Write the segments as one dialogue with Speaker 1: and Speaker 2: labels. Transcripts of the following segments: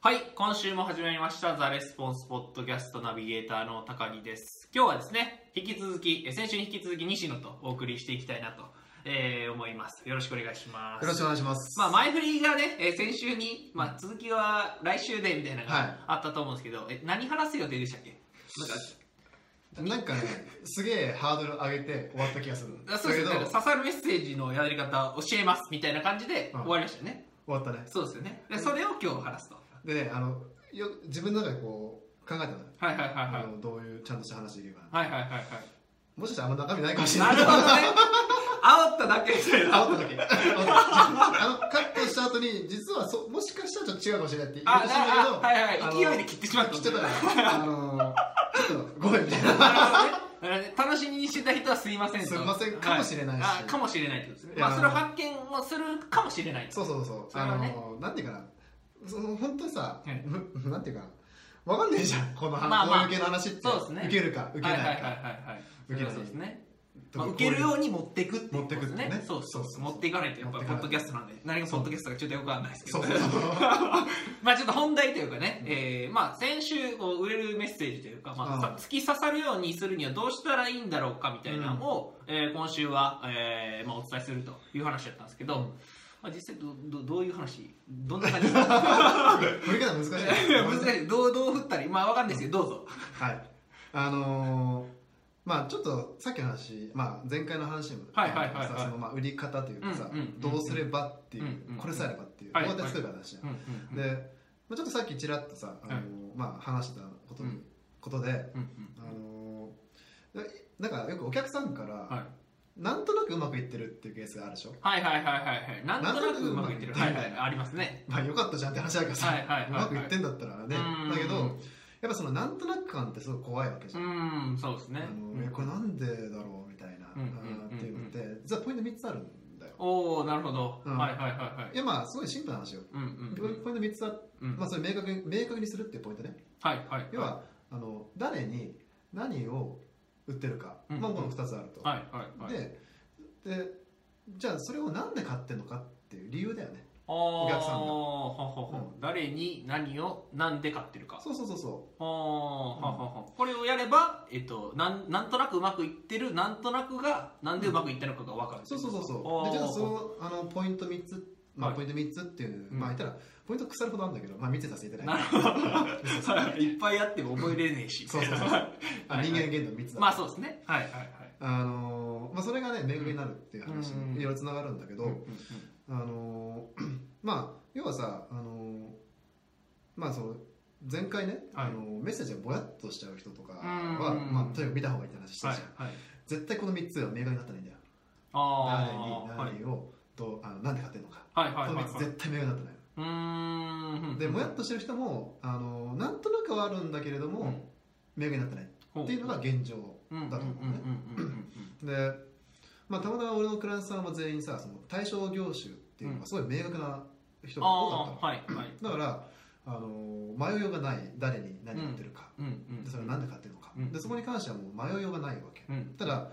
Speaker 1: はい、今週も始まりました、ザ・レスポンス・ポッドキャストナビゲーターの高木です。今日はですね、引き続き、え先週に引き続き西野とお送りしていきたいなと、えー思います。よろしくお願いします。
Speaker 2: よろしくお願いします。
Speaker 1: まあ、前振りがね、えー先週に、まあ、続きは来週でみたいなの
Speaker 2: はい
Speaker 1: があったと思うんですけど、え何話す予定でしたっけなんか
Speaker 2: なんかね、すげえハードル上げて終わった気がする。
Speaker 1: あそうですね、
Speaker 2: だ
Speaker 1: なん
Speaker 2: けど
Speaker 1: か刺さるメッセージのやり方教えますみたいな感じで
Speaker 2: うん
Speaker 1: 終わりましたよね。
Speaker 2: 終わったね。
Speaker 1: そうですよね。で、それを今日話すと。
Speaker 2: でね、あの、よ自分の中でこう考えたのよ。
Speaker 1: はいはいはいは
Speaker 2: あ
Speaker 1: い。
Speaker 2: のどういうちゃんとした話でいけば。
Speaker 1: はいはいはいはい。
Speaker 2: もしかしたらあんま中身ないかもしれ
Speaker 1: な
Speaker 2: ない。
Speaker 1: るほどね。煽っただけみたいな。
Speaker 2: あった時。 あの、カットした後に、実はそ、もしかしたらちょっと違うかもしれないって言って
Speaker 1: あ、
Speaker 2: しま
Speaker 1: なあ
Speaker 2: う
Speaker 1: はい
Speaker 2: あ
Speaker 1: は
Speaker 2: の
Speaker 1: い。勢いで切ってしまった。
Speaker 2: けど、ちょっとね、あの、ちょっとごめんみたいな。
Speaker 1: なるほどね楽しみにしてた人はすいませんと
Speaker 2: すいませんかもしれないし
Speaker 1: はあかもしれないってことですね。ま
Speaker 2: い
Speaker 1: あ、
Speaker 2: や
Speaker 1: それを発見をするかもしれない。
Speaker 2: そうそうそう。
Speaker 1: それ
Speaker 2: あ
Speaker 1: は
Speaker 2: の、
Speaker 1: ね
Speaker 2: なんていうかな。その本当にさ、
Speaker 1: はい
Speaker 2: むなんていうかな。わかんないじゃん。この、
Speaker 1: まあまあ
Speaker 2: こういう系の話って。
Speaker 1: そうですね
Speaker 2: 受けるか、受け
Speaker 1: は
Speaker 2: ない
Speaker 1: い
Speaker 2: か。
Speaker 1: はいはいはいはい。
Speaker 2: 受けない
Speaker 1: そうですね。
Speaker 2: と
Speaker 1: ま
Speaker 2: か
Speaker 1: あ、受けるように持っていくっていうことです
Speaker 2: 持ってくってね
Speaker 1: そうそう
Speaker 2: そう
Speaker 1: そ。
Speaker 2: そうう
Speaker 1: 持っていかないと、やっぱ
Speaker 2: 持ってい
Speaker 1: ポ
Speaker 2: か
Speaker 1: ッ
Speaker 2: ない
Speaker 1: ドキャストなんで、何がポッドキャストかちょっとよくわかんないですけ
Speaker 2: そ
Speaker 1: ど
Speaker 2: う。そうそう。
Speaker 1: まあちょっと本題というかね、えーまあ先週こう売れるメッセージというか、まあさ
Speaker 2: うん
Speaker 1: 突き刺さるようにするにはどうしたらいいんだろうかみたいなのを、えー今週は、えーまあお伝えするという話だったんですけど、まあ実際どどどういう話、どんな感じです か
Speaker 2: 振り方難しい。
Speaker 1: 難しい。どう、どう振ったらいいまあわかんないですけど、どうぞ。
Speaker 2: はい。あのー、まあちょっとさっきの話、まあ前回の話にも、
Speaker 1: はいはいはいはい
Speaker 2: さそのまあ売り方というかさ、
Speaker 1: うんうんうん
Speaker 2: どうすればっていう、
Speaker 1: うんうんうん
Speaker 2: これさえあればっていう、
Speaker 1: はい
Speaker 2: どうやって作るかの話じゃん
Speaker 1: うんうんうん
Speaker 2: で、まあ、ちょっとさっきちらっとさ、あのー
Speaker 1: はい
Speaker 2: まあ話してたこと,、
Speaker 1: うん
Speaker 2: ことで、
Speaker 1: うん
Speaker 2: あのー、ななんかよくお客さんから、
Speaker 1: はい
Speaker 2: なんとなくうまくいってるっていうケースがあるでしょ
Speaker 1: はいはいはいはいはい。なんとなくうまくいってる。
Speaker 2: な
Speaker 1: は
Speaker 2: ん
Speaker 1: い
Speaker 2: とな
Speaker 1: は
Speaker 2: くうまくいってる
Speaker 1: い、ありますね。
Speaker 2: まあよかったじゃんって話だけどさ、
Speaker 1: はいはいはいうはい
Speaker 2: まくいってんだったらね、
Speaker 1: うん
Speaker 2: だけどやっぱそのなんとなく感ってすごい怖いわけじ
Speaker 1: う
Speaker 2: ゃん、
Speaker 1: ん、そうですね
Speaker 2: あ。のえこれなんでだろうみたいな、
Speaker 1: うん
Speaker 2: あーっていうのって、
Speaker 1: う
Speaker 2: 実はポイント3つあるんだよ
Speaker 1: おおなるほど。
Speaker 2: うん
Speaker 1: はいはいはいはい
Speaker 2: い。やまあすごいシンプルな話よ、
Speaker 1: うんうんうん
Speaker 2: ポイント3つあ、
Speaker 1: うん。
Speaker 2: まあ、それ明確に明確にするっていうポイントね
Speaker 1: はいはい。
Speaker 2: 要はあの誰に何を売ってるか、
Speaker 1: うん
Speaker 2: まあ、この2つあると、
Speaker 1: はいはいはい。
Speaker 2: ででじゃあそれをなんで買ってんのかっていう理由だよね
Speaker 1: お
Speaker 2: 客さんが
Speaker 1: ほほほ誰に何を何で買ってるか。
Speaker 2: そうそうそうそ
Speaker 1: ほーほほほこれをやれば、えっと、なんなんとなくうまくいってる、なんとなくが、なんでうまくいったのかが分かる。
Speaker 2: うそうそうそ
Speaker 1: あ
Speaker 2: うそ
Speaker 1: ー
Speaker 2: うでじゃあそのあのポイント3つまあ、
Speaker 1: はい
Speaker 2: ポイント3つっていう、
Speaker 1: うん
Speaker 2: まあ言ったらポイント腐るほどあるんだけど、まあ、3つさせていただ
Speaker 1: ないる
Speaker 2: て
Speaker 1: ほど。いっぱいあっても覚えれねえし。
Speaker 2: そうそうそうあ
Speaker 1: はい
Speaker 2: 人間限度3つ だ、
Speaker 1: まあそうですね。はいはいはい。
Speaker 2: あのーまあ、それがね明確になるっていう話
Speaker 1: うん
Speaker 2: にいろいろつながるんだけど、
Speaker 1: うんうんうん
Speaker 2: あのー まあ要はさ、あのーまあその前回ね、
Speaker 1: はい
Speaker 2: あのーメッセージがぼやっとしちゃう人とかは、
Speaker 1: うん
Speaker 2: まあ、とにかく見た方がいいって話して
Speaker 1: は
Speaker 2: た
Speaker 1: い
Speaker 2: じゃん、
Speaker 1: はい。
Speaker 2: 絶対この3つは明確になったらいいんだよ誰
Speaker 1: あ
Speaker 2: に
Speaker 1: あ。はい
Speaker 2: 何を、どうあのなんで買ってんのか、
Speaker 1: はいはいはい
Speaker 2: この3つ
Speaker 1: はい。
Speaker 2: 絶対明確になってない、
Speaker 1: うーん。
Speaker 2: でもやっとしてる人もあのなんとなくはあるんだけれども、
Speaker 1: うん
Speaker 2: 明確になってないっていうのが現状
Speaker 1: うんうんうん
Speaker 2: だと思うね
Speaker 1: うんうんうんうん
Speaker 2: で、まあ、たまたま俺のクライアントさんは全員さその対象業種っていうのがすごい明確な人が多かったの
Speaker 1: ああ、はいはい。
Speaker 2: だから、あの迷いようがない誰に何言ってるか、
Speaker 1: うんう
Speaker 2: で
Speaker 1: ん。
Speaker 2: それは何で買ってるのか、
Speaker 1: うん
Speaker 2: でそこに関してはもう迷いようがないわけ、
Speaker 1: うん。
Speaker 2: ただ、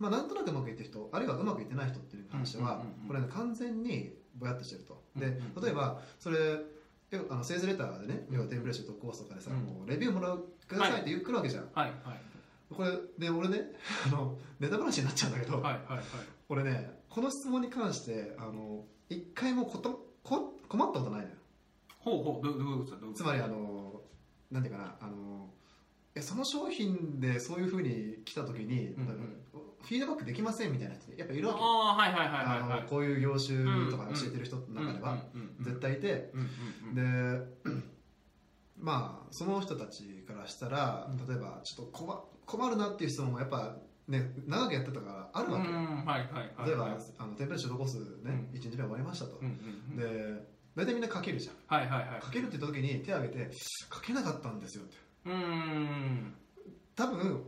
Speaker 2: まあ、なんとなくうまくいってる人あるいはうまくいってない人っていう関しては、
Speaker 1: うんうんうんうん
Speaker 2: これ、ね、完全にぼやっとしてるとで
Speaker 1: うんうんうん
Speaker 2: 例えばそれ要はあのセールスレターでね、
Speaker 1: うん
Speaker 2: 要はテーブルレシートコースとかでさ、
Speaker 1: うん
Speaker 2: こうレビューもらうくださいって言う来るわけじゃん、
Speaker 1: はいはい
Speaker 2: これで俺ねあのネタ話になっちゃうんだけ
Speaker 1: は
Speaker 2: ど、
Speaker 1: いはいはい
Speaker 2: 俺ねこの質問に関してあの一回もことこ困ったことないのよ
Speaker 1: ほうほうどうどういうことだどういうこと
Speaker 2: つまりあのなんていうかなあのえその商品でそういうふうに来た時に、
Speaker 1: うんうん
Speaker 2: フィードバックできませんみたいな人やっぱいるわけ
Speaker 1: ああはいはいはいはい
Speaker 2: あ
Speaker 1: はい
Speaker 2: のこういう業種とか教えてる人の中では
Speaker 1: うんうんうん
Speaker 2: 絶対いて、
Speaker 1: うんうんうん
Speaker 2: で まあその人たちからしたら例えばちょっと困困るなっていう質問もやっぱね長くやってたからあるわけ
Speaker 1: う
Speaker 2: よ、
Speaker 1: んはいはいはいはい
Speaker 2: 例えば、あのテンプレーションコースね、
Speaker 1: うん
Speaker 2: 1日目終わりましたと
Speaker 1: う、んうんうん
Speaker 2: で大体みんな書けるじゃん
Speaker 1: はいはいはい
Speaker 2: 書けるって言った時に手を挙げて書けなかったんですよって
Speaker 1: うーん
Speaker 2: 多分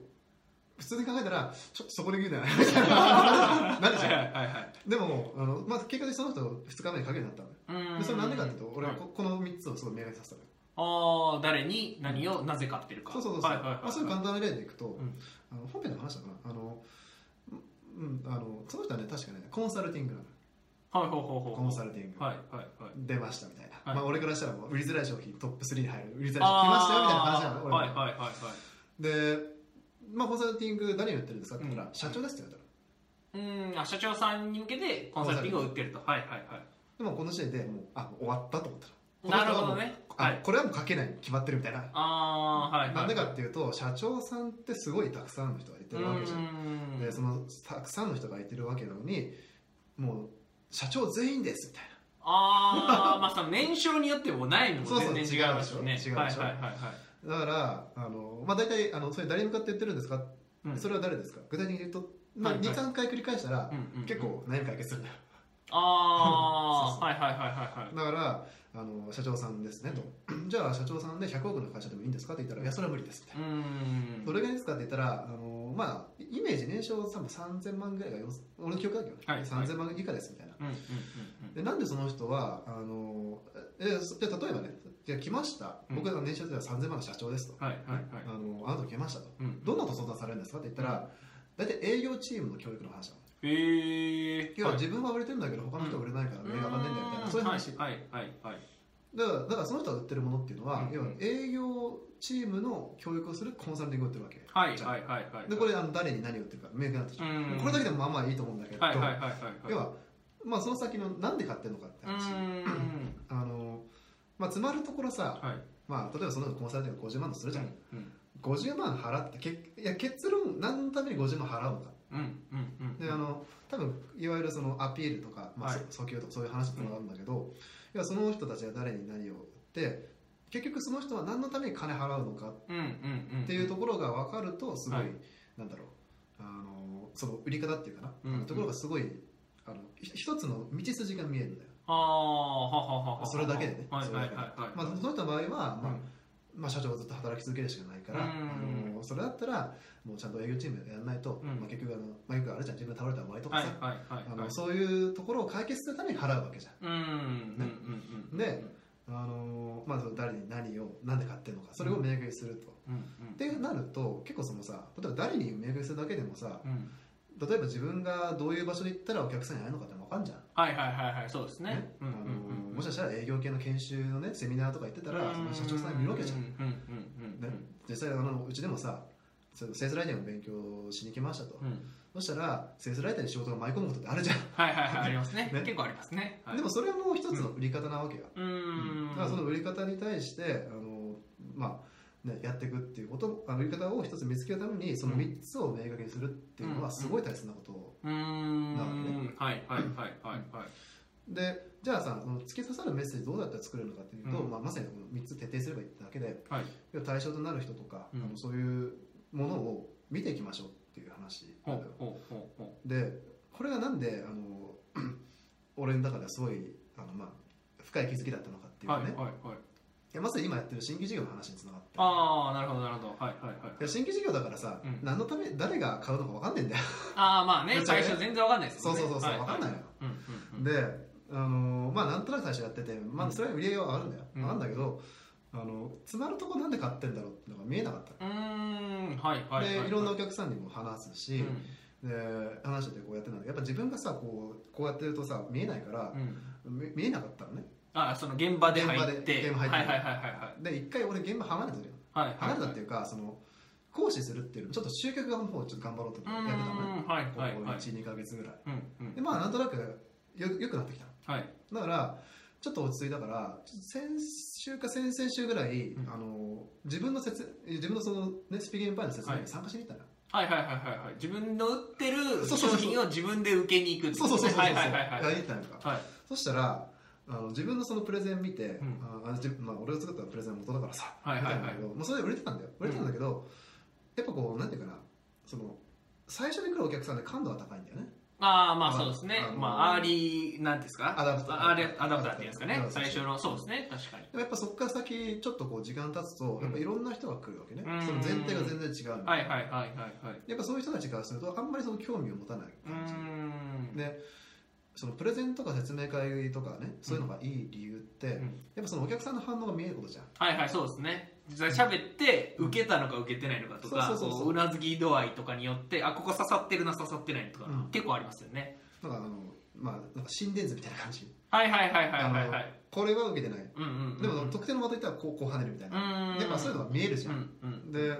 Speaker 2: 普通に考えたらちょっとそこで言うなよみたい ななるじ
Speaker 1: はい
Speaker 2: ゃ
Speaker 1: は
Speaker 2: ん
Speaker 1: いはいはい
Speaker 2: でもあの、まあ、結果的にその人2日目に書けるようになったのよ
Speaker 1: うー
Speaker 2: でそれなんでかっていうと俺は
Speaker 1: はい
Speaker 2: ここの3つをすごい明確にさせたのよ
Speaker 1: ああ誰に何をなぜ買ってるか
Speaker 2: そうそうそうそう、
Speaker 1: はいはいはい
Speaker 2: まあ、そういう簡単な例でいくと、
Speaker 1: ん
Speaker 2: あの本編の話だかなあのうんうんあのその人はね確かねコンサルティングなの
Speaker 1: はいほうほうほう
Speaker 2: コンサルティング、
Speaker 1: はいはいはい
Speaker 2: 出ましたみたいな
Speaker 1: はい
Speaker 2: まあ、俺からしたらもう売りづらい商品トップ3に入る売りづらい商品来ましたよみたいな話なの俺も
Speaker 1: はいはいはいはい
Speaker 2: で、まあ、コンサルティング何をやってるんですかって言ったら、
Speaker 1: うん
Speaker 2: 社長ですって言われたの
Speaker 1: うんあ社長さんに向けてコンサルティングを売ってるとはいはいはい
Speaker 2: でもこの時点でもうあもう終わったと思ったら
Speaker 1: なるほどね
Speaker 2: この人
Speaker 1: は
Speaker 2: はもうあ
Speaker 1: い
Speaker 2: これはもう書けないに決まってるみたいな
Speaker 1: ああはいはい
Speaker 2: なんでかっていうと社長さんってすごいたくさんの人がいてるわけじゃん
Speaker 1: うん
Speaker 2: でそのたくさんの人がいてるわけなのにもう社長全員ですみたいな
Speaker 1: ああまあその年商によってもないのも
Speaker 2: そうそう
Speaker 1: 全然違いますよね
Speaker 2: 違うでしょ違う
Speaker 1: はいは
Speaker 2: でし
Speaker 1: い
Speaker 2: ょ
Speaker 1: はいはい
Speaker 2: だからあの、まあ、大体あのそれ誰に向かって言ってるんですか、
Speaker 1: うん
Speaker 2: それは誰ですか具体的に言うと、まあ、
Speaker 1: はいはい
Speaker 2: 23回繰り返したら、
Speaker 1: うんうんうん
Speaker 2: 結構悩み解決するんだよ
Speaker 1: あ
Speaker 2: そう
Speaker 1: あ
Speaker 2: そう
Speaker 1: はいはいはいはいはい
Speaker 2: だからあの社長さんですねと、 じゃあ社長さんで100億の会社でもいいんですかって言ったらいやそれは無理ですって、
Speaker 1: うん
Speaker 2: どれぐらいですかって言ったらあのまあイメージ年商多分3000万ぐらいがよん俺の記憶だけどね、
Speaker 1: はいはい
Speaker 2: 3000万以下ですみたいな
Speaker 1: うんうんうんうん
Speaker 2: でなんでその人はあのえそじゃあ例えばねじゃあ来ました
Speaker 1: うん
Speaker 2: 僕の年商では3000万の社長ですと、
Speaker 1: はいはいはい
Speaker 2: あのあなた来ましたと
Speaker 1: うん
Speaker 2: どんなと相談されるんですかって言ったら大体営業チームの教育の話なの
Speaker 1: へえ
Speaker 2: 要は自分は売れてるんだけど他の人は売れないからね、わかんないんだよみたいなそういう話、
Speaker 1: はいはいはい
Speaker 2: だからだからその人が売ってるものっていうのは、
Speaker 1: うん
Speaker 2: 要は営業チームの教育をするコンサルティングを売ってるわけ
Speaker 1: はい
Speaker 2: じゃん
Speaker 1: はいはいはい
Speaker 2: でこれあの誰に何を売ってるか明確になってるじゃん
Speaker 1: うん
Speaker 2: これだけでもまあまあいいと思うんだけど、
Speaker 1: はいはいはいはいはい
Speaker 2: 要は、まあ、その先のなんで買ってるのかって
Speaker 1: うー
Speaker 2: 話、
Speaker 1: ん
Speaker 2: あのまあ、詰まるところさ、
Speaker 1: はい
Speaker 2: まあ、例えばそのコンサルティング50万とするじゃん、
Speaker 1: うん
Speaker 2: 50万払ってけいや結論何のために50万払うのか
Speaker 1: うんうんうん
Speaker 2: であの多分いわゆるそのアピールとか、まあ
Speaker 1: はい
Speaker 2: そ訴求とかそういう話とかがあるんだけど、いやその人たちが誰に何を売って結局その人は何のために金払うのか
Speaker 1: うんうんうん
Speaker 2: っていうところが分かるとすごい、
Speaker 1: はい
Speaker 2: なんだろうあのその売り方っていうかな、
Speaker 1: うんうん
Speaker 2: ところがすごいあのひ一つの道筋が見えるんだよ、
Speaker 1: あーはははは
Speaker 2: それだけでね
Speaker 1: はい
Speaker 2: そ
Speaker 1: は
Speaker 2: れ
Speaker 1: いは
Speaker 2: だ
Speaker 1: い
Speaker 2: けで
Speaker 1: はい
Speaker 2: まあ、そういった場合は、まあ
Speaker 1: うん
Speaker 2: まあ、社長はずっと働き続けるしかないから、
Speaker 1: うん
Speaker 2: あのそれだったらもうちゃんと営業チームやらないと、
Speaker 1: うん
Speaker 2: まあ、結局あの、まあ、よくあるじゃん自分が倒れたら終わりとか
Speaker 1: は
Speaker 2: さ、
Speaker 1: いはいはい
Speaker 2: あ
Speaker 1: は
Speaker 2: の
Speaker 1: い
Speaker 2: そういうところを解決するために払うわけじゃん
Speaker 1: うんうんうんうん
Speaker 2: であの、まあ、その誰に何をなんで買ってるのかそれを明確にすると。
Speaker 1: うん
Speaker 2: ってなると結構そのさ例えば誰に明確にするだけでもさ
Speaker 1: うんうん
Speaker 2: 例えば自分がどういう場所に行ったらお客さんに会えるのかって分かんじゃん、
Speaker 1: はいはいはいはいそうですね
Speaker 2: ねあのもしかしたら営業系の研修のねセミナーとか行ってたらその社長さん見るわけじゃん、
Speaker 1: う
Speaker 2: ね、
Speaker 1: んうんうんうん
Speaker 2: 実際あのうちでもさそのセールスライティングの勉強しに来ましたと、
Speaker 1: うんうん
Speaker 2: そしたらセールスライティングに仕事が舞い込むことってあるじゃん、
Speaker 1: はいはいはいありますね
Speaker 2: ね
Speaker 1: 結構ありますねはい
Speaker 2: でもそれも一つの売り方なわけよ、
Speaker 1: うーん
Speaker 2: だからその売り方に対してあの、まあね、やっていくっていうことあの売り方を一つ見つけるためにその3つを明確にするっていうの
Speaker 1: う
Speaker 2: は
Speaker 1: ん
Speaker 2: すごい大切なことを、
Speaker 1: うーんはいはいはいはいはい
Speaker 2: でじゃあさその突き刺さるメッセージどうやったら作れるのかっていうと、
Speaker 1: うん
Speaker 2: まあ、まさにこの3つ徹底すればいいってだけで
Speaker 1: はい
Speaker 2: 要は対象となる人とか、
Speaker 1: うん
Speaker 2: あのそういうものを見ていきましょうっていう話
Speaker 1: ほ
Speaker 2: なんだ
Speaker 1: う
Speaker 2: よ
Speaker 1: ほうほうほ
Speaker 2: でこれがなんであの 俺の中ではすごいあの、まあ、深い気づきだったのかっていう
Speaker 1: うは
Speaker 2: と
Speaker 1: い
Speaker 2: ね、
Speaker 1: はいはい
Speaker 2: いやまさに今やってる新規事業の話につながって
Speaker 1: ああなるほどなるほどはいはいはい
Speaker 2: いや新規事業だからさ、
Speaker 1: うん
Speaker 2: 何のため誰が買うのか分かんないんだよ、
Speaker 1: ああまあね
Speaker 2: めっちゃ
Speaker 1: 最
Speaker 2: ね
Speaker 1: 初全然わかんないです
Speaker 2: そ
Speaker 1: も
Speaker 2: うん
Speaker 1: ね
Speaker 2: そうそうそう、
Speaker 1: はは
Speaker 2: 分かんないのよ、
Speaker 1: うんうんうん
Speaker 2: であのまあなんとなく最初やってて、まあ、それは売り上げは上がるんだよ、
Speaker 1: うん
Speaker 2: 上がるんだけどあの詰まるとこなんで買ってんだろうってのが見えなかった、
Speaker 1: うーんはいはいはい
Speaker 2: でいろんなお客さんにも話す
Speaker 1: う
Speaker 2: し、
Speaker 1: ん
Speaker 2: で話しててこうやってたんだけどやっぱ自分がさこうこうやってるとさ見えないから
Speaker 1: う、ん
Speaker 2: み見えなかったのね
Speaker 1: ああその現場で入って
Speaker 2: 現場で現場入って
Speaker 1: はいはいはいはいはい
Speaker 2: で一回俺現場離れてるよ
Speaker 1: はいはい
Speaker 2: 離れたっていうか、その講師するっていうのちょっと集客の方をちょっと頑張ろうと
Speaker 1: うー
Speaker 2: 思ってやってたのね
Speaker 1: んはい
Speaker 2: ここ
Speaker 1: はいはい
Speaker 2: 12か月ぐらい
Speaker 1: うんうん
Speaker 2: でまあなんとなくよよくなってきた
Speaker 1: はい
Speaker 2: だからちょっと落ち着いたからちょっと先週か先々週ぐらい、
Speaker 1: うん
Speaker 2: あの自分の説自分のその、ね、スピーキングパイの説明に参加しに行ったのよ、
Speaker 1: はいはいはいはいはい自分の売ってる
Speaker 2: そ
Speaker 1: 商
Speaker 2: うそうそう
Speaker 1: 品を自分で受けに行くって
Speaker 2: そ
Speaker 1: こ
Speaker 2: うそ
Speaker 1: と
Speaker 2: うそうそうそう、
Speaker 1: はいはいはいはい
Speaker 2: やりに行ったのよ
Speaker 1: はい
Speaker 2: そしたらあの自分のそのプレゼン見て、
Speaker 1: ん
Speaker 2: ああ自分まあ、俺が作ったプレゼン元だからさ、
Speaker 1: はいはいはい
Speaker 2: 見たんだけどまあ、それで売れてたんだよ売れてたんだけど、やっぱこうなんていうかなその最初に来るお客さんで感度が高いんだよね
Speaker 1: ああまあそうですね
Speaker 2: あの
Speaker 1: まあアーリーなんですか
Speaker 2: アダプター
Speaker 1: あアレアダプターっていうんですか
Speaker 2: アダ
Speaker 1: ね
Speaker 2: プター
Speaker 1: 最初のそうですね確かに
Speaker 2: でもやっぱそこから先ちょっとこう時間経つと、
Speaker 1: ん
Speaker 2: やっぱいろんな人が来るわけね、
Speaker 1: うん
Speaker 2: その全体が全然違うみたいな
Speaker 1: はいはいはいはいはい
Speaker 2: やっぱそういう人たちからするとあんまりその興味を持たないう
Speaker 1: ー
Speaker 2: 感じ、
Speaker 1: ん
Speaker 2: でそのプレゼンとか説明会とかねそういうのがいい理由って、
Speaker 1: う
Speaker 2: や
Speaker 1: ん
Speaker 2: っぱそのお客さんの反応が見えることじゃん
Speaker 1: はいはいそうですね実際喋って
Speaker 2: うん
Speaker 1: 受けたのか受けてないのかとか
Speaker 2: そうそうそうそう
Speaker 1: こううなずき度合いとかによってあここ刺さってるな刺さってないとか、
Speaker 2: うん
Speaker 1: 結構ありますよね
Speaker 2: なんかあのまあなんか心電図みたいな感じ
Speaker 1: はいはいはいはいはいはい
Speaker 2: あのこれは受けてない
Speaker 1: うんうんうん
Speaker 2: でも特定の的いったらこうこう跳ねるみたいな
Speaker 1: うん
Speaker 2: やっぱそういうのが見えるじゃん、
Speaker 1: うんうん
Speaker 2: で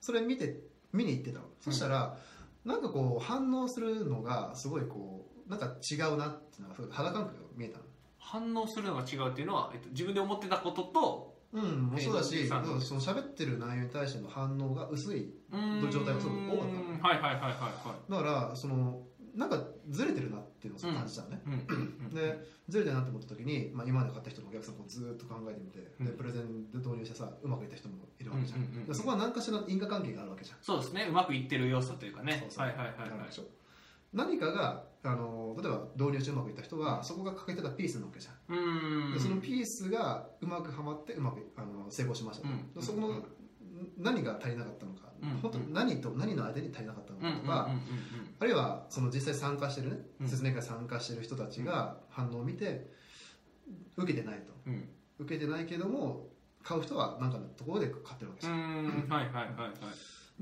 Speaker 2: それ見て見に行ってたのそしたら、なんかこう反応するのがすごいこうなんか違うなっていうのがすごい肌感覚が見えたの
Speaker 1: 反応するのが違うっていうのは、えっと、自分で思ってたことと
Speaker 2: うんもうそうだし、
Speaker 1: えー
Speaker 2: うんその喋ってる内容に対しての反応が薄いう
Speaker 1: ーん
Speaker 2: 状態がすごく多かったの
Speaker 1: はいはいはいはいは
Speaker 2: だからそのなんかずれてるなっていうのをすごい感じたのね、
Speaker 1: いうん
Speaker 2: でずれてるなって思った時に、まあ、今まで買った人のお客さんをずーっと考えてみて、
Speaker 1: うん
Speaker 2: でプレゼンで導入してさうまくいった人もいる
Speaker 1: うん
Speaker 2: わ
Speaker 1: うん
Speaker 2: けじゃん、
Speaker 1: うん
Speaker 2: でそこは何かしらの因果関係があるわけじゃん
Speaker 1: そうですねうまくいってる要素というかね
Speaker 2: そうそう
Speaker 1: はいはいはいはい
Speaker 2: あるでしょ何かがあの例えば導入してうまくいった人はそこが欠けてたピースなわけじゃん、
Speaker 1: うー
Speaker 2: で
Speaker 1: ん
Speaker 2: そのピースがうまくはまってうまくあの成功しましたと、
Speaker 1: うん
Speaker 2: でそこの、
Speaker 1: うんうん
Speaker 2: 何が足りなかったのか、
Speaker 1: うん
Speaker 2: 本当に何と何の間に足りなかったの
Speaker 1: うんうんう
Speaker 2: か
Speaker 1: ん
Speaker 2: とか、
Speaker 1: うん
Speaker 2: あるいはその実際参加してるね、
Speaker 1: うん
Speaker 2: 説明会参加してる人たちが反応を見て受けてないと
Speaker 1: うんうん
Speaker 2: 受けてないけども買う人は何かのところで買ってるわ
Speaker 1: う
Speaker 2: けですよ、
Speaker 1: ーんはいはい はいはい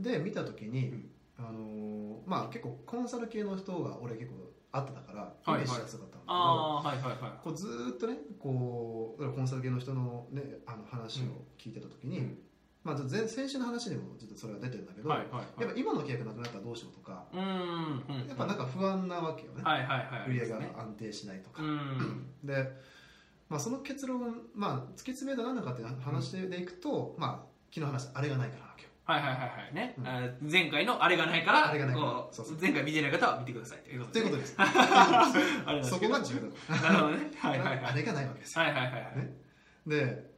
Speaker 2: で見た時に、
Speaker 1: うん
Speaker 2: あのーまあ結構コンサル系の人が俺結構会ってたから
Speaker 1: いはい
Speaker 2: イメージしやすかったんだけど、
Speaker 1: ああーはいはいはい
Speaker 2: こうずーっとねこうコンサル系の人の,、ね、あの話を聞いてた時に、
Speaker 1: うん
Speaker 2: まあ、前先週の話にもちょっとそれは出てるんだけど、
Speaker 1: はいはい
Speaker 2: やっ
Speaker 1: はい
Speaker 2: ぱ今の契約なくなったらどうしようとか、
Speaker 1: うーんうん
Speaker 2: やっぱなんか不安なわけよね、
Speaker 1: はいはいはい
Speaker 2: 売り上げが
Speaker 1: ですね
Speaker 2: 安定しないとか
Speaker 1: う、ん
Speaker 2: で、まあ、その結論、まあ、突き詰めたら何なのかっていう話でいくと、まあ、昨日話したあれがないからなわけよ
Speaker 1: はいはいはいはいね、
Speaker 2: うん
Speaker 1: あー前回のあれがないから
Speaker 2: あれがないから
Speaker 1: こう
Speaker 2: そうそう
Speaker 1: 前回見てない方は見てくださいということ
Speaker 2: とい
Speaker 1: でね
Speaker 2: うことです
Speaker 1: あれなんです
Speaker 2: そ
Speaker 1: け
Speaker 2: こ
Speaker 1: ど
Speaker 2: が重要だ
Speaker 1: なるほどねはいはいはい
Speaker 2: あれがないわけですよ
Speaker 1: はいはいはいはい、
Speaker 2: ねで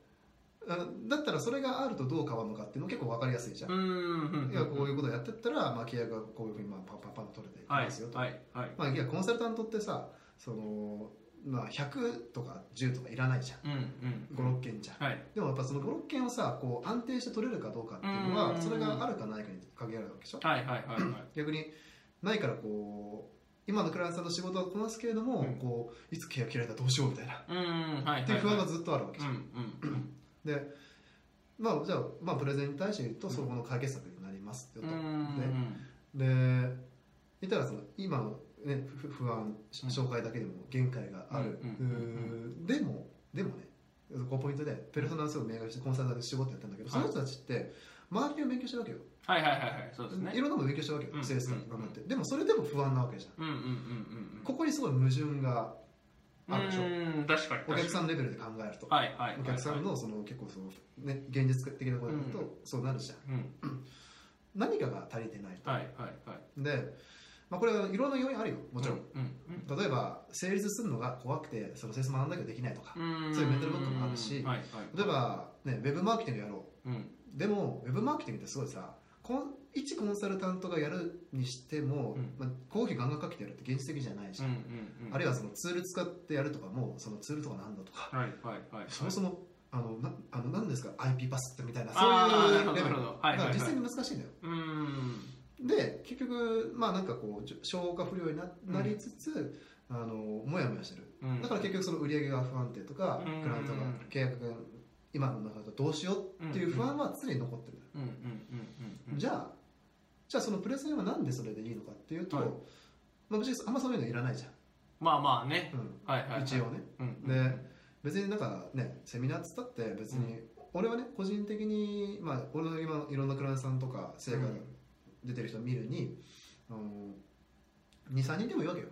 Speaker 2: あだったらそれがあるとどう変わるのかっていうの結構分かりやすいじゃん、
Speaker 1: うーん
Speaker 2: いやこういううことやってったら、まあ、契約がこういうふうにまあパンパンパンと取れていき
Speaker 1: はい
Speaker 2: ますよと、
Speaker 1: はいはい
Speaker 2: まあ、いやコンサルタントってさその、まあ、100とか10とかいらないじゃん
Speaker 1: うんうん
Speaker 2: 56件じゃん、
Speaker 1: はい
Speaker 2: でもやっぱその56件をさこう安定して取れるかどうかっていうの
Speaker 1: う
Speaker 2: は
Speaker 1: ん
Speaker 2: それがあるかないかに限られるわけでしょ
Speaker 1: はいはいはいはい
Speaker 2: 逆にないからこう今のクライアントさんの仕事はこなすけれども、
Speaker 1: うん
Speaker 2: こういつ契約切られたらどうしようみたいな
Speaker 1: うーんはいはいはい
Speaker 2: っていう不安がずっとあるわけ
Speaker 1: う
Speaker 2: じゃん、
Speaker 1: んうん
Speaker 2: でまあじゃあ、まあ、プレゼンに対して言うと
Speaker 1: うん
Speaker 2: そこの解決策になりますよ
Speaker 1: う
Speaker 2: と、
Speaker 1: ん
Speaker 2: で言ったらその今の、ね、ふ不安し
Speaker 1: うん
Speaker 2: 紹介だけでも限界がある、
Speaker 1: うんうんうん
Speaker 2: うーでもでもねそこポイントでペルソナの人を明確してコンサルタントに絞ってやったんだけど、
Speaker 1: はい
Speaker 2: その人たちって周りを勉強してるわけよ、
Speaker 1: はいはいはいはいそうですね
Speaker 2: いろんなもの勉強してるわけよ、
Speaker 1: うん
Speaker 2: セールスとか頑張って、でもそれでも不安なわけじゃん
Speaker 1: うんうんうんうんうん
Speaker 2: ここにすごい矛盾があるでしょ
Speaker 1: うーん確かに確か
Speaker 2: お
Speaker 1: に
Speaker 2: 客さんレベルで考えると、
Speaker 1: はいはいはいはい
Speaker 2: お客さんのその結構その、ね、現実的なことだ
Speaker 1: う
Speaker 2: とそうなるじゃん、
Speaker 1: うん
Speaker 2: 何かが足りてないと、
Speaker 1: はいはいはい
Speaker 2: で、まあ、これはいろんな要因あるよもちろん、
Speaker 1: うんうん
Speaker 2: 例えば成立するのが怖くてそのセールス学んだけどできないとか、
Speaker 1: うん
Speaker 2: そういうメンタルブックもあるし
Speaker 1: はいはい
Speaker 2: 例えば、ね、ウェブマーケティングやろ
Speaker 1: うん
Speaker 2: うでもウェブマーケティングってすごいさこん一コンサルタントがやるにしても、
Speaker 1: うん
Speaker 2: まあ、公費ガンガンかけてやるって現実的じゃないし、
Speaker 1: うんうんうん
Speaker 2: あるいはそのツール使ってやるとかもそのツールとかなんだとか、
Speaker 1: はいはいはい
Speaker 2: そもそもあのなあの何ですか IP パスってみたいな
Speaker 1: あ
Speaker 2: そ
Speaker 1: ー
Speaker 2: ういうレベ
Speaker 1: なるほどな
Speaker 2: ル
Speaker 1: るほどはい
Speaker 2: だ
Speaker 1: はいは
Speaker 2: か
Speaker 1: い
Speaker 2: ら実際に難しいんだよ
Speaker 1: うーん
Speaker 2: で結局まあなんかこうじょ消化不良にな
Speaker 1: うん
Speaker 2: なりつつ、あのモヤモヤしてる
Speaker 1: うん
Speaker 2: だから結局その売り上げが不安定とか、
Speaker 1: うん
Speaker 2: クライアントが契約が今の中だとどうしようっていう不安は常に残ってる、
Speaker 1: うんうんうんうん
Speaker 2: じゃあじゃあそのプレゼンはなんでそれでいいのかっていうと、
Speaker 1: はい
Speaker 2: まあ、別にあんまそういうのいらないじゃ
Speaker 1: まあまあね
Speaker 2: ん、うん
Speaker 1: はいはいはい
Speaker 2: 一応ね
Speaker 1: うん
Speaker 2: で別になんかねセミナーっつったって別に、俺はね個人的にまあ俺の今いろんなクライアントさんとか成果が出てる人を見るに、あの23人でもいいわけよ、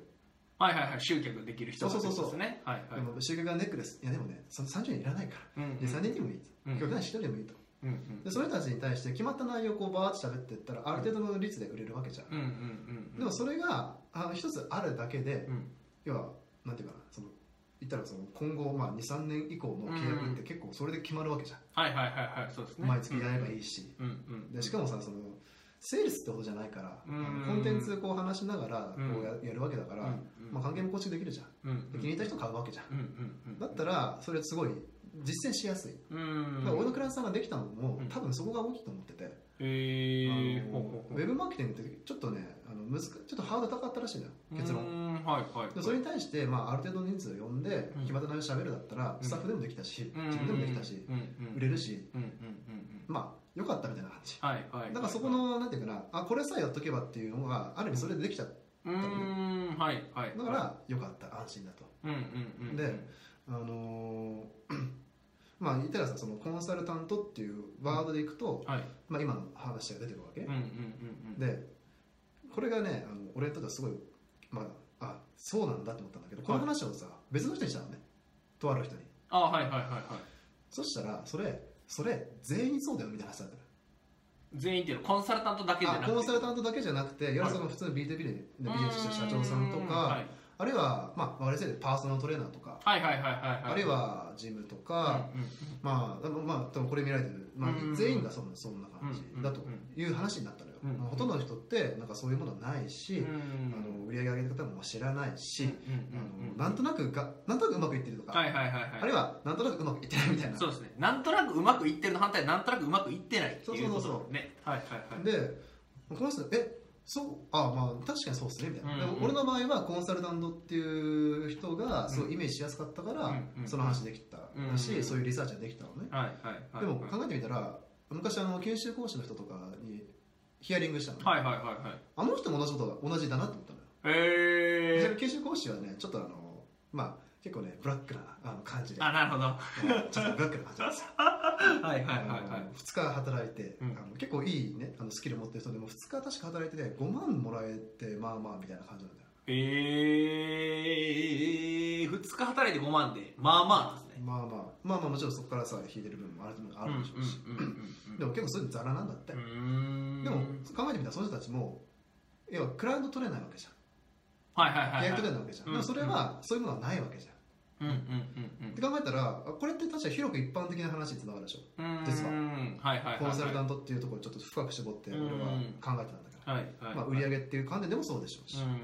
Speaker 1: はいはいはい集客できる人
Speaker 2: そうそうそうそう
Speaker 1: ですねはいはい
Speaker 2: でも集客がネックですいやでもねその30人いらないから
Speaker 1: うんうん
Speaker 2: 23人でもいい、
Speaker 1: うん
Speaker 2: 極端に1人でもいいと
Speaker 1: うんうん
Speaker 2: でそれたちに対して決まった内容をこうバーッと喋っていったらある程度の率で売れるわけじゃん、
Speaker 1: うんうんうん
Speaker 2: でもそれがあ一つあるだけで、
Speaker 1: うん
Speaker 2: 要はなんていうかなその言ったらその今後、まあ、23年以降の契約って結構それで決まるわけじゃん、
Speaker 1: はいはいはいはいそうですね
Speaker 2: 毎月やれば
Speaker 1: い
Speaker 2: いいし、
Speaker 1: うんうん
Speaker 2: でしかもさそのセールスってことじゃないから、
Speaker 1: うん
Speaker 2: あのコンテンツこう話しながらこ
Speaker 1: うん
Speaker 2: うや,、るわけだか
Speaker 1: う
Speaker 2: ら、
Speaker 1: んうん
Speaker 2: まあ、関係も構築できるじゃん
Speaker 1: うん
Speaker 2: で気に入った人買うわけじゃん、
Speaker 1: うんうんうん
Speaker 2: だったらそれすごい実践しやすい、
Speaker 1: うん
Speaker 2: だから俺のクライアントさんができたのも、
Speaker 1: うん
Speaker 2: 多分そこが大きいと思ってて、
Speaker 1: へえ
Speaker 2: あのウェブマーケティングってちょっとねあの難しちょっとハードル高かったらしいのよ結論
Speaker 1: 論はいはい
Speaker 2: でそれに対して、まあ、ある程度の人数を呼んで
Speaker 1: うん
Speaker 2: 決まった内容喋るだったら
Speaker 1: うん
Speaker 2: スタッフでもできたし
Speaker 1: うん
Speaker 2: 自分でもできたし
Speaker 1: うんうん
Speaker 2: 売れるし
Speaker 1: うんうんうんうん
Speaker 2: まあ良かったみたいな感じ
Speaker 1: はいはい
Speaker 2: だからそこのなんていうかなあこれさえやっとけばっていうのがある意味それでできちゃっ
Speaker 1: うーんはいはい
Speaker 2: たから良かった安心だと
Speaker 1: うんうんうん
Speaker 2: であのー まあ言ったらさそのコンサルタントっていうワードでいくと、
Speaker 1: はい。
Speaker 2: まあ、今の話が出てくるわけ、
Speaker 1: うんうんうんうん。
Speaker 2: でこれがねあの俺にとってはすごい、まあ、あそうなんだと思ったんだけどこの話をさ、別の人にしたのねとある人に
Speaker 1: あはいはいはいはい。
Speaker 2: そしたらそれそれ全員そうだよみたいな話だったの
Speaker 1: 全員っていうのはコンサルタントだけじゃなく
Speaker 2: あ
Speaker 1: て。
Speaker 2: コンサルタントだけじゃなくていわゆ
Speaker 1: はい
Speaker 2: るその普通の B2B でビジネスしてる社長さんとか、
Speaker 1: はい、
Speaker 2: あるいは、まあ、我々世代でパーソナルトレーナーとか、
Speaker 1: はいはいはいはいはい。
Speaker 2: あるいはジムと
Speaker 1: うん
Speaker 2: か、
Speaker 1: うん
Speaker 2: まあ、でもまあ、多分これ見られてる、まあ
Speaker 1: うんうんう、ん
Speaker 2: 全員がそんなそんな感じだと
Speaker 1: うんうん
Speaker 2: いう話になったのよ。
Speaker 1: うんうん
Speaker 2: まあほとんどの人って、なんかそういうものないし、
Speaker 1: うん
Speaker 2: あの売り上げ上げ方も知らないし、
Speaker 1: うんうんうん
Speaker 2: あのなんとなくが、なんとなくうまくいってるとか、
Speaker 1: はいはいはいはい。
Speaker 2: あるいはなんとなくうまくいってないみたいな。
Speaker 1: そうですね。なんとなくうまくいってるの反対、なんとなくうまくいってないっていうことだ
Speaker 2: そうそうそう
Speaker 1: もんね。はいはいはい。
Speaker 2: で、この人、えそうあまあ確かにそうですねみたいな、
Speaker 1: うんうん
Speaker 2: でも俺の場合はコンサルタントっていう人がすごいイメージしやすかったから、
Speaker 1: うんうん
Speaker 2: その話できたし、
Speaker 1: うんうん
Speaker 2: そういうリサーチができたのね、
Speaker 1: はいはいはい。
Speaker 2: でも考えてみたら昔あの研修講師の人とかにヒアリングしたの、
Speaker 1: はいはいはいはい。
Speaker 2: あの人も同じことが同じだなと思ったのよ、
Speaker 1: へ
Speaker 2: そ
Speaker 1: え
Speaker 2: れ研修講師はねちょっとあのまあ結構ねブラックなあの感じで
Speaker 1: ー。あ、なるほど。は
Speaker 2: ちょっとブラックな感じなんですよ
Speaker 1: いはいはいは
Speaker 2: 2日働いて、
Speaker 1: うん
Speaker 2: あの結構いいねあのスキル持ってる人でも2日確か働いてて5万もらえてまあまあみたいな感じなんだよ
Speaker 1: い。へえー。2日働いて5万で、まあまあですね。
Speaker 2: まあまあまあまあもちろんそこからさ引いてる部分もあるあるでしょうし、
Speaker 1: うんうんうんうんうん
Speaker 2: でも結構そういうのザラなんだって、
Speaker 1: うーん
Speaker 2: でも考えてみたらその人たちも要はクラウド取れないわけじゃん
Speaker 1: はいはいはい、はい、
Speaker 2: 契約取れないわけじゃん、
Speaker 1: うん
Speaker 2: でもそれはそういうものはないわけじゃん、
Speaker 1: うんうんうん
Speaker 2: って考えたらあこれって確か広く一般的な話につながるでし
Speaker 1: う
Speaker 2: ょ、
Speaker 1: ん
Speaker 2: 実は
Speaker 1: うんはいはいはいはい
Speaker 2: コンサルタントっていうところをちょっと深く絞って俺は考えてたんだから、
Speaker 1: はいはいはい
Speaker 2: まあ、売り上げっていう観点でもそうでしょうし、
Speaker 1: う
Speaker 2: っ
Speaker 1: ん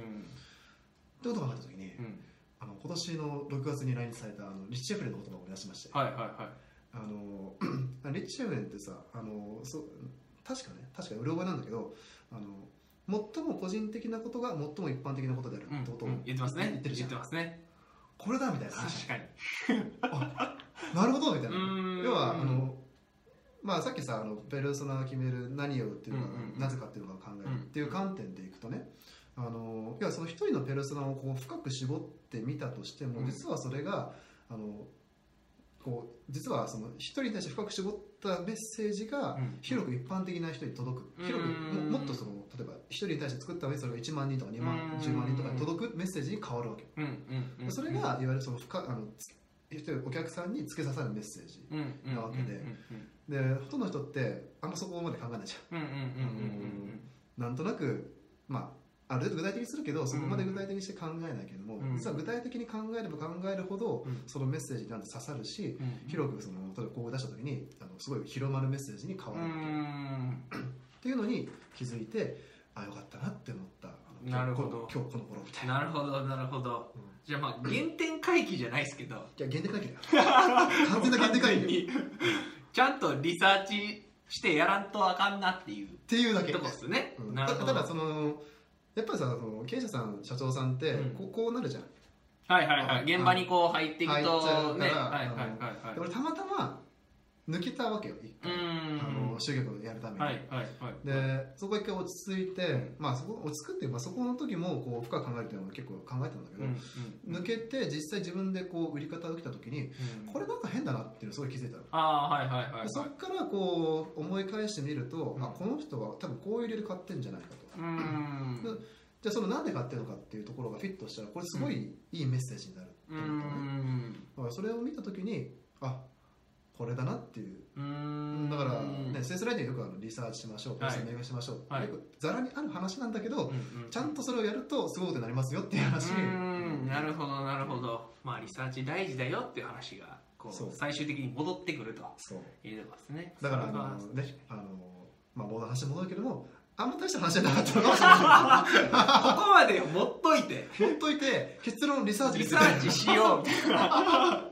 Speaker 2: てことを考えた時に、
Speaker 1: うん
Speaker 2: あの今年の6月に来日されたあのリッチ・エフレンの言葉を思い出しまして、
Speaker 1: はいはいはい
Speaker 2: あの リッチ・エフレンってさあのそう確かね確かうろ覚えなんだけどあの最も個人的なことが最も一般的なことである
Speaker 1: うん
Speaker 2: ってことを
Speaker 1: うん言ってますね
Speaker 2: 言ってるじゃん
Speaker 1: ますね
Speaker 2: これだみたいな話
Speaker 1: 確かに
Speaker 2: なるほどみたいうな
Speaker 1: ーん
Speaker 2: 要はあの、まあ、さっきさあのペルソナが決める何をっていう
Speaker 1: う
Speaker 2: のが、
Speaker 1: んうんうん
Speaker 2: なぜかっていうのが考えるっていう観点でいくとねあの要はその一人のペルソナをこう深く絞ってみたとしても、
Speaker 1: うん
Speaker 2: 実はそれがあのこう実はその一人に対して深く絞ったメッセージが
Speaker 1: うん
Speaker 2: 広く一般的な人に届く広く
Speaker 1: うん
Speaker 2: ももっとその例えば一人に対して作ったメッセージが1万人とか2万
Speaker 1: うん
Speaker 2: 10万人とかに届くメッセージに変わるわけ
Speaker 1: うんうんうん
Speaker 2: それがいわゆるその深あのつ一人のお客さんに付け刺さるメッセージ
Speaker 1: うんうんうん
Speaker 2: なわけで
Speaker 1: うん
Speaker 2: でほとんどの人ってあんまそこまで考えないじ
Speaker 1: うんうんうんうん
Speaker 2: ゃんなんとなくまあある程度具体的にするけどそこまで具体的にして考えないけども、
Speaker 1: うん
Speaker 2: 実は具体的に考えれば考えるほど、
Speaker 1: うん
Speaker 2: そのメッセージになんて刺さるし
Speaker 1: うんうん
Speaker 2: 広くその例えばこう出した時にあのすごい広まるメッセージに変
Speaker 1: う
Speaker 2: わるわけ、っ
Speaker 1: ん
Speaker 2: ていうのに気づいてあよかったなって思ったあの
Speaker 1: なるほど
Speaker 2: 今日この今日この頃みたいな。
Speaker 1: なるほどなるほど
Speaker 2: うん
Speaker 1: じゃあまあ原点回帰じゃないですけど
Speaker 2: いや限定会議 だよ完全な限定会議っ
Speaker 1: にちゃんとリサーチしてやらんとあかんなっていう
Speaker 2: ていうだけ
Speaker 1: とこですね、
Speaker 2: うん
Speaker 1: なるほど
Speaker 2: ただそのやっぱりさその経営者さん社長さんって
Speaker 1: うん
Speaker 2: こうこうなるじゃん、
Speaker 1: はいはいはい現場にこう入っていくとね
Speaker 2: 入っちゃうか
Speaker 1: はい
Speaker 2: ら
Speaker 1: はいはい
Speaker 2: で
Speaker 1: はい
Speaker 2: 俺たまたま抜けたわけよ一
Speaker 1: う
Speaker 2: 回、
Speaker 1: ん
Speaker 2: あの集客をやるために、
Speaker 1: はいはいはい
Speaker 2: でそこ一回落ち着いて、
Speaker 1: うん
Speaker 2: まあそこ落ち着くっていうか、まあ、そこの時もこう深く考えるっていうのは結構考えてたんだけ
Speaker 1: う
Speaker 2: ど、
Speaker 1: んうん
Speaker 2: 抜けて実際自分でこう売り方が来た時に
Speaker 1: うん
Speaker 2: これなんか変だなっていうのをすごい気づいたの、
Speaker 1: ああはいはいはいはい
Speaker 2: でそっからこう思い返してみると、
Speaker 1: うん
Speaker 2: あこの人は多分こういう理由で買ってんじゃないかと
Speaker 1: うーんう
Speaker 2: じゃあそのなんで買ってるのかっていうところがフィットしたらこれすごいいいメッセージになるって
Speaker 1: ー
Speaker 2: 思ったのね
Speaker 1: ん
Speaker 2: だからそれを見た時にあこれだなっていう
Speaker 1: うーん
Speaker 2: だから、
Speaker 1: うん
Speaker 2: ね、セースライティングよくあのリサーチしましょう、
Speaker 1: はい
Speaker 2: こう説明しましょう、
Speaker 1: はい
Speaker 2: よくざらにある話なんだけ
Speaker 1: う
Speaker 2: ど、
Speaker 1: んうん
Speaker 2: ちゃんとそれをやるとすごいことになりますよっていう話
Speaker 1: うーんなる
Speaker 2: ど
Speaker 1: ほどなるほどまあリサーチ大事だよっていう話がこ
Speaker 2: そう
Speaker 1: う最終的に戻ってくると
Speaker 2: そう
Speaker 1: いうとこですね
Speaker 2: だからあ
Speaker 1: それは
Speaker 2: の、ねあのまあ、ボードの話に戻るけどもあんま大した話じゃなかったのかもし れな
Speaker 1: ここまで持っといて
Speaker 2: いけどほっといて結論リサーチ
Speaker 1: リサーチしようみたいな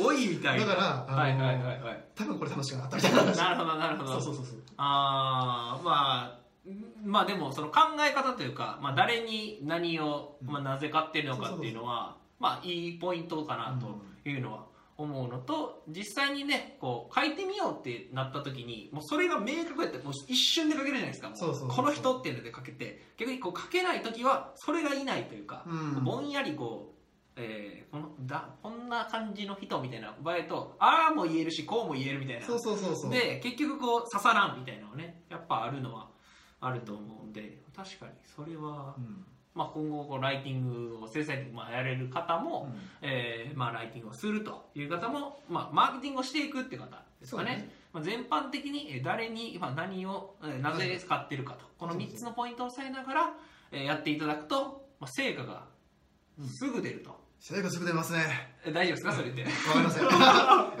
Speaker 1: おいみたい
Speaker 2: だ
Speaker 1: な
Speaker 2: から、あの
Speaker 1: はいはいはい はい
Speaker 2: 多分これ楽しくなかったみたいな話
Speaker 1: なるほどなるほど
Speaker 2: そうそうそうそう
Speaker 1: ああまあんまあでもその考え方というか、まあ、誰に何を、
Speaker 2: うん
Speaker 1: まあ、なぜ買ってるのかっていうのはまあいいポイントかなというのは思うのと実際にねこう書いてみようってなった時にもうそれが明確やったらもう一瞬で書けるじゃないですかもう
Speaker 2: そうそうそうそう
Speaker 1: この人っていうので書けて逆にこう書けない時はそれがいないというか、
Speaker 2: うん
Speaker 1: ぼんやりこう、えーこのだこんな感じの人みたいな場合とああも言えるしこうも言えるみたいな
Speaker 2: そうそうそうそう
Speaker 1: で結局こう刺さらんみたいなのねやっぱあるのはあると思うんで確かにそれは、
Speaker 2: うん
Speaker 1: まあ、今後こうライティングを制裁的にまあやれる方も、
Speaker 2: うん
Speaker 1: えーまあ、ライティングをするという方も、まあ、マーケティングをしていくっていう方です
Speaker 2: そう
Speaker 1: か
Speaker 2: だ
Speaker 1: ね
Speaker 2: ね
Speaker 1: まあ、全般的にえー誰にまあ何をえーなぜ使ってるかとこの
Speaker 2: そうそう
Speaker 1: 3つのポイントを押さえながらえーやっていただくと、まあ、成果がすぐ出ると、
Speaker 2: 成果すぐ出ますね
Speaker 1: え大丈夫ですかそれって
Speaker 2: わかりません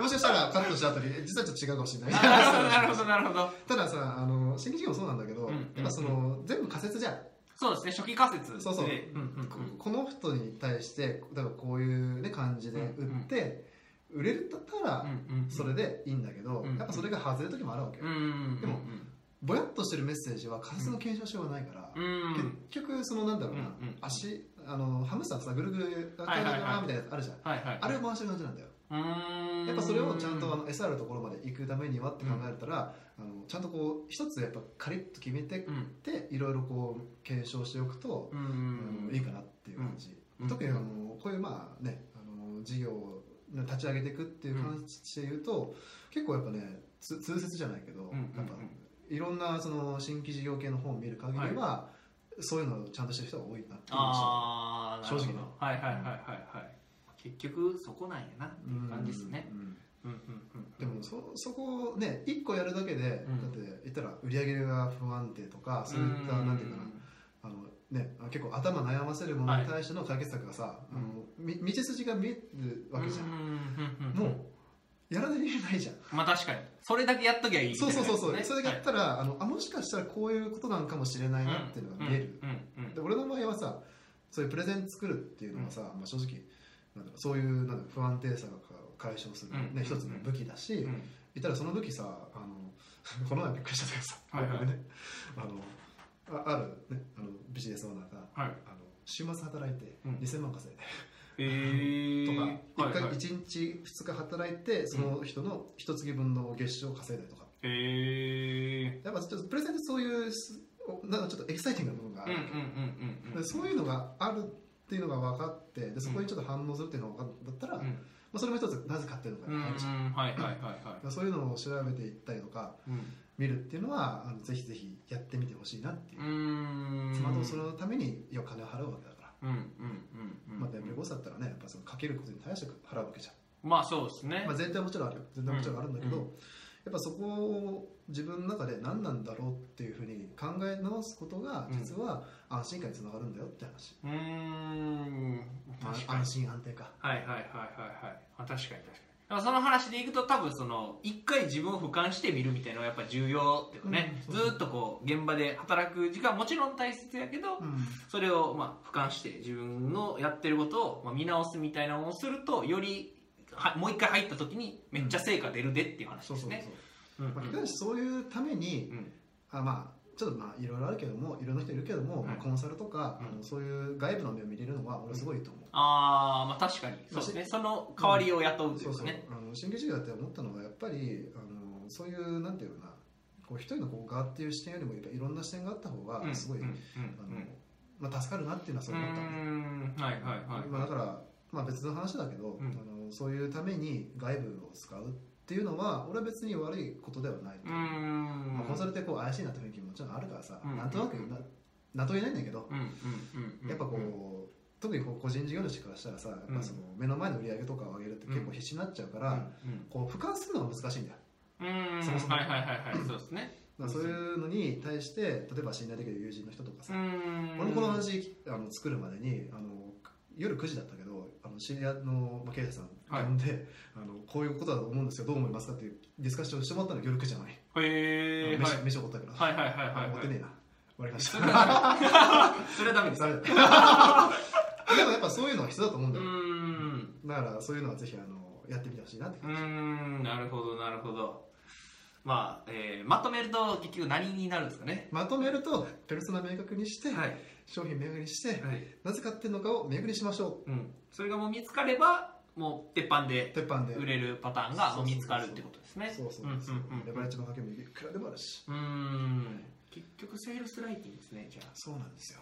Speaker 2: もしかしたらカットした後に実はちょっと違うかもしれない
Speaker 1: あ なるほどなるほどなるほど
Speaker 2: たださあの新規事業もそうなんだけど、
Speaker 1: うん
Speaker 2: やっぱその全部仮説じゃん
Speaker 1: そうですね初期仮説で
Speaker 2: そうそうん
Speaker 1: うん
Speaker 2: ここの人に対して例えばこういう、ね、感じで売って、売れるんだった
Speaker 1: うん
Speaker 2: ら
Speaker 1: うんうん
Speaker 2: それでいいんだけど、
Speaker 1: うん
Speaker 2: やっぱそれが外れる時もあるわけよ、
Speaker 1: うんうん
Speaker 2: でもぼやっとしてるメッセージは仮説の検証しようがないから、
Speaker 1: うんうん
Speaker 2: 結局そのなんだろうな、
Speaker 1: うんうん
Speaker 2: 足あのハムスターさぐるぐるあ
Speaker 1: はいはいはい
Speaker 2: みたいなやつあるじゃん、
Speaker 1: はいはい
Speaker 2: あれを回してる感じなんだよ
Speaker 1: うーん
Speaker 2: やっぱそれをちゃんとあの餌あるところまで行くためにはって考えたら、あのちゃんとこう一つやっぱカリッと決めてっ
Speaker 1: うん
Speaker 2: ていろいろこう検証しておくと、
Speaker 1: う
Speaker 2: うん
Speaker 1: ん
Speaker 2: いいかなっていう感じ、
Speaker 1: うん
Speaker 2: 特にあのこういうまあねあの事業を立ち上げていくっていう感じで言うと、結構やっぱねつ通説じゃないけど、
Speaker 1: んうんうん
Speaker 2: やっぱいろんなその新規事業系の本を見る限りは、そういうのをちゃんとしてる人が多いなっていう印象
Speaker 1: ああ
Speaker 2: 正直な
Speaker 1: はいはいはいはいはい結局そこなんやなっていう感じですね
Speaker 2: うん
Speaker 1: うんうんうん
Speaker 2: でもそそこをね1個やるだけで、
Speaker 1: うん
Speaker 2: だって言ったら売り上げが不安定とかそういったなんていうかなあのね、結構頭悩ませるものに対しての解決策がさ、あのみ道筋が見えるわけじゃん、
Speaker 1: うんうんうんうん
Speaker 2: もうやらない理由ないじゃん、
Speaker 1: まあ確かにそれだけやっときゃいいみたい
Speaker 2: そう
Speaker 1: な
Speaker 2: そうそうそう、
Speaker 1: ね
Speaker 2: それがやったら、あのあもしかしたらこういうことなんかもしれないなっていうのが見える、
Speaker 1: うんうんうん
Speaker 2: で俺の場合はさそういうプレゼン作るっていうのはさ、まあ、正直なんだろうそういうなんだろう不安定さを解消する、ね
Speaker 1: うんうん
Speaker 2: 一つの武器だし、
Speaker 1: うん
Speaker 2: 言ったらその 時さあのこの前びっくりしたんだけどさ、
Speaker 1: はいはい
Speaker 2: ごめんねあのあある、ね、あのビジネスオーナーが
Speaker 1: はい
Speaker 2: あの週末働いて
Speaker 1: うん
Speaker 2: 2000万稼いで、
Speaker 1: えー
Speaker 2: とか、
Speaker 1: はい
Speaker 2: 一回
Speaker 1: はい
Speaker 2: 一日2日働いてその人の一月分の月収を稼いだりとか
Speaker 1: え
Speaker 2: やっぱちょっとプレゼンでそういうすおなんかちょっとエキサイティングな部分があ
Speaker 1: ーう
Speaker 2: る
Speaker 1: ん
Speaker 2: わ
Speaker 1: うんうんうん
Speaker 2: けよ、
Speaker 1: うん
Speaker 2: でそういうのがあるっていうのが分かってでそこにちょっと反応するっていうのが分かったら、
Speaker 1: う
Speaker 2: ま
Speaker 1: ん
Speaker 2: あ、それも一つなぜ買ってるのか
Speaker 1: うんうん
Speaker 2: にあるし、
Speaker 1: はいはいはいは
Speaker 2: そういうのを調べていったりとか
Speaker 1: いうん
Speaker 2: 見るっていうのはあのぜひぜひやってみてほしいなっていう
Speaker 1: う、ーん
Speaker 2: スマートフォンそのために要は金を払うわけだから、
Speaker 1: うんうんうんうん
Speaker 2: まあ、弁護士だったらねやっぱそのかけることに対して払うわけじゃん
Speaker 1: まあそうですね
Speaker 2: まあ、全体はもちろんあるよ全体はもちろんあるんだけど、
Speaker 1: うん
Speaker 2: やっぱそこを自分の中で何なんだろうっていうふうに考え直すことが
Speaker 1: うん
Speaker 2: 実は安心感につながるんだよって話、
Speaker 1: うーん
Speaker 2: あ
Speaker 1: 確かに
Speaker 2: 安心安定か
Speaker 1: はいはいはいはいはいあ確かに確かにだからその話でいくと多分その一回自分を俯瞰してみるみたいなのがやっぱ重要っていうかね、
Speaker 2: うん
Speaker 1: ずーっとこう現場で働く時間はもちろん大切やけど、
Speaker 2: うん
Speaker 1: それをまあ俯瞰して自分のやってることをまあ見直すみたいなのをするとよりはもう一回入った時にめっちゃ成果出るでっていう話
Speaker 2: そう
Speaker 1: です
Speaker 2: そうそう、
Speaker 1: ねうんうん
Speaker 2: まあ、ただしそういうために
Speaker 1: うん
Speaker 2: あまあちょっとまあいろいろあるけどもいろんな人いるけども、
Speaker 1: はい
Speaker 2: まあコンサルとか、
Speaker 1: うん
Speaker 2: あのそういう外部の目を見れるのは俺すごいいいと思う、
Speaker 1: ああまあ確かにそうですねその代わりを雇うとい
Speaker 2: そうう
Speaker 1: か
Speaker 2: そう
Speaker 1: ね
Speaker 2: あの新規事業だって思ったのはやっぱりあのそういうなんていうのかなこう一人のこう側っていう視点よりもやっぱいろんな視点があった方
Speaker 1: う
Speaker 2: が
Speaker 1: ん
Speaker 2: すごい、
Speaker 1: うんうん
Speaker 2: あのまあ、助かるなっていうのはそううだ
Speaker 1: ん
Speaker 2: ったのね
Speaker 1: うーんはいはいはい
Speaker 2: まあ、だから、まあ、別の話だけど、
Speaker 1: うん
Speaker 2: あのそういうために外部を使うっていうのは俺は別に悪いことではないと
Speaker 1: うー
Speaker 2: 思う、
Speaker 1: ん
Speaker 2: まあ、コンサルってこう怪しいなって雰囲気ももちろんあるからさ、
Speaker 1: うん
Speaker 2: なんとなくななんとも言えないんだけど、
Speaker 1: うんうんうんうん
Speaker 2: やっぱこう、特にこう個人事業主からしたらさやっぱその目の前の売り上げとかを上げるって結構必死になっちゃうから、
Speaker 1: う
Speaker 2: こう俯瞰するのが難しいんだよ
Speaker 1: んうんうん
Speaker 2: そもそも
Speaker 1: はいはいはいはいそうですね
Speaker 2: だからそういうのに対して例えば信頼できる友人の人とか
Speaker 1: う
Speaker 2: さ、
Speaker 1: ん
Speaker 2: 俺もこの話あの作るまでにあの夜9時だったけどあの知り合いのまあ経営者さん
Speaker 1: はい
Speaker 2: 呼んで、あのこういうことだと思うんですよどう思いますかっていうディスカッションしてもらったの夜9時じゃない、
Speaker 1: へえ
Speaker 2: 飯
Speaker 1: はい
Speaker 2: 飯おごったけど、
Speaker 1: はいはいはいはい
Speaker 2: 持ってねえな終わりまし
Speaker 1: そ
Speaker 2: た
Speaker 1: れはダメそれはダメです
Speaker 2: ダメ だでもやっぱそういうのは必要だと思うん
Speaker 1: う
Speaker 2: だよ、
Speaker 1: ーん
Speaker 2: だからそういうのはぜひあのやってみてほしいなって
Speaker 1: う
Speaker 2: 感
Speaker 1: ー
Speaker 2: じ、
Speaker 1: んなるほどなるほどまあ、えー、まとめると結局何になるんですかね
Speaker 2: まとめるとペルソナ明確にして、
Speaker 1: はい
Speaker 2: 商品明確にして
Speaker 1: はい、
Speaker 2: なぜ買ってるのかを明確にしましょ
Speaker 1: うん、それがもう見つかればもう鉄板
Speaker 2: う
Speaker 1: で
Speaker 2: 鉄板で
Speaker 1: 売れるパターンがもう見つかるってことですね
Speaker 2: そうそう
Speaker 1: うん
Speaker 2: そう
Speaker 1: うんうん
Speaker 2: レバレッジのかけもいくらでもあるし
Speaker 1: うーん結局セールスライティングですねじゃあ
Speaker 2: そうなんですよ。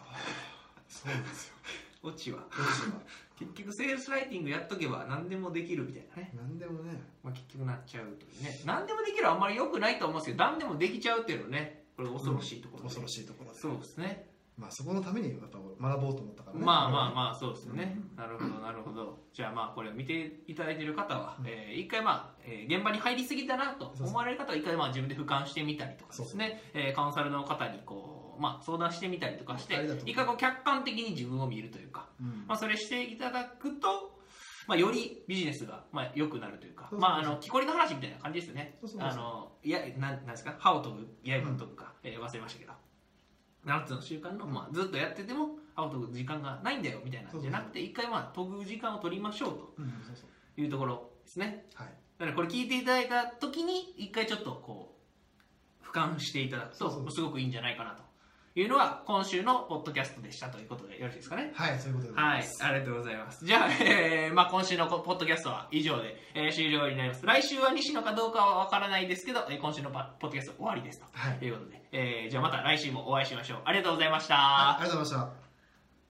Speaker 2: そうなんですよ。
Speaker 1: オチは
Speaker 2: どっちも
Speaker 1: 結局セールスライティングやっとけば何でもできるみたいなね、
Speaker 2: 何でもね
Speaker 1: まあ、結局なっちゃうというね何でもできるはあんまり良くないと思うんですけど何でもできちゃうっていうのねこれ恐ろしいところ、
Speaker 2: 恐ろし
Speaker 1: い
Speaker 2: いところで
Speaker 1: そうですね
Speaker 2: まあそこのためにやっぱ学ぼうと思ったからね
Speaker 1: まあまあまあそうですよね、
Speaker 2: う
Speaker 1: なるほどなるほどじゃあまあこれを見ていただいている方は、
Speaker 2: うん
Speaker 1: えー一回まあ、えー現場に入りすぎたなと
Speaker 2: そうそう
Speaker 1: 思われる方は一回まあ自分で俯瞰してみたりとかですね、えーカウンサルの方にこうまあ相談してみたりとかして
Speaker 2: ありがとう
Speaker 1: 一回こう客観的に自分を見るというか、
Speaker 2: うん
Speaker 1: まあ、それしていただくとまあ、よりビジネスが、まあ、良くなるというか、
Speaker 2: そうそうそう
Speaker 1: まあ、あの、木こりの話みたいな感じですよね。
Speaker 2: そうそうそう
Speaker 1: あの、いや、なん、なんですか、歯を研ぐ、刃を研ぐか、えー忘れましたけど。7つの習慣の、
Speaker 2: うん
Speaker 1: まあ、ずっとやってても歯を研ぐ時間がないんだよみたいな
Speaker 2: そうそう
Speaker 1: じゃなくて一回まあ研ぐ時間を取りましょう
Speaker 2: うんそうそう
Speaker 1: というところですね
Speaker 2: はい
Speaker 1: だからこれ聞いていただいた時に一回ちょっとこう俯瞰していただく
Speaker 2: そうそ
Speaker 1: と
Speaker 2: う
Speaker 1: すごくいいんじゃないかなというのは今週のポッドキャストでしたということでよろしいですかね
Speaker 2: はいそういうことでござい
Speaker 1: は
Speaker 2: ま
Speaker 1: い
Speaker 2: す、
Speaker 1: ありがとうございます。じゃあ、えーまあ、今週のこポッドキャストは以上で、えー終了になります。来週は西野かどうかはわからないですけど、えー今週のパポッドキャスト終わりですと。
Speaker 2: はい
Speaker 1: ということで、えーじゃあまた来週もお会いしましょう。ありがとうございました。
Speaker 2: ありがとうございました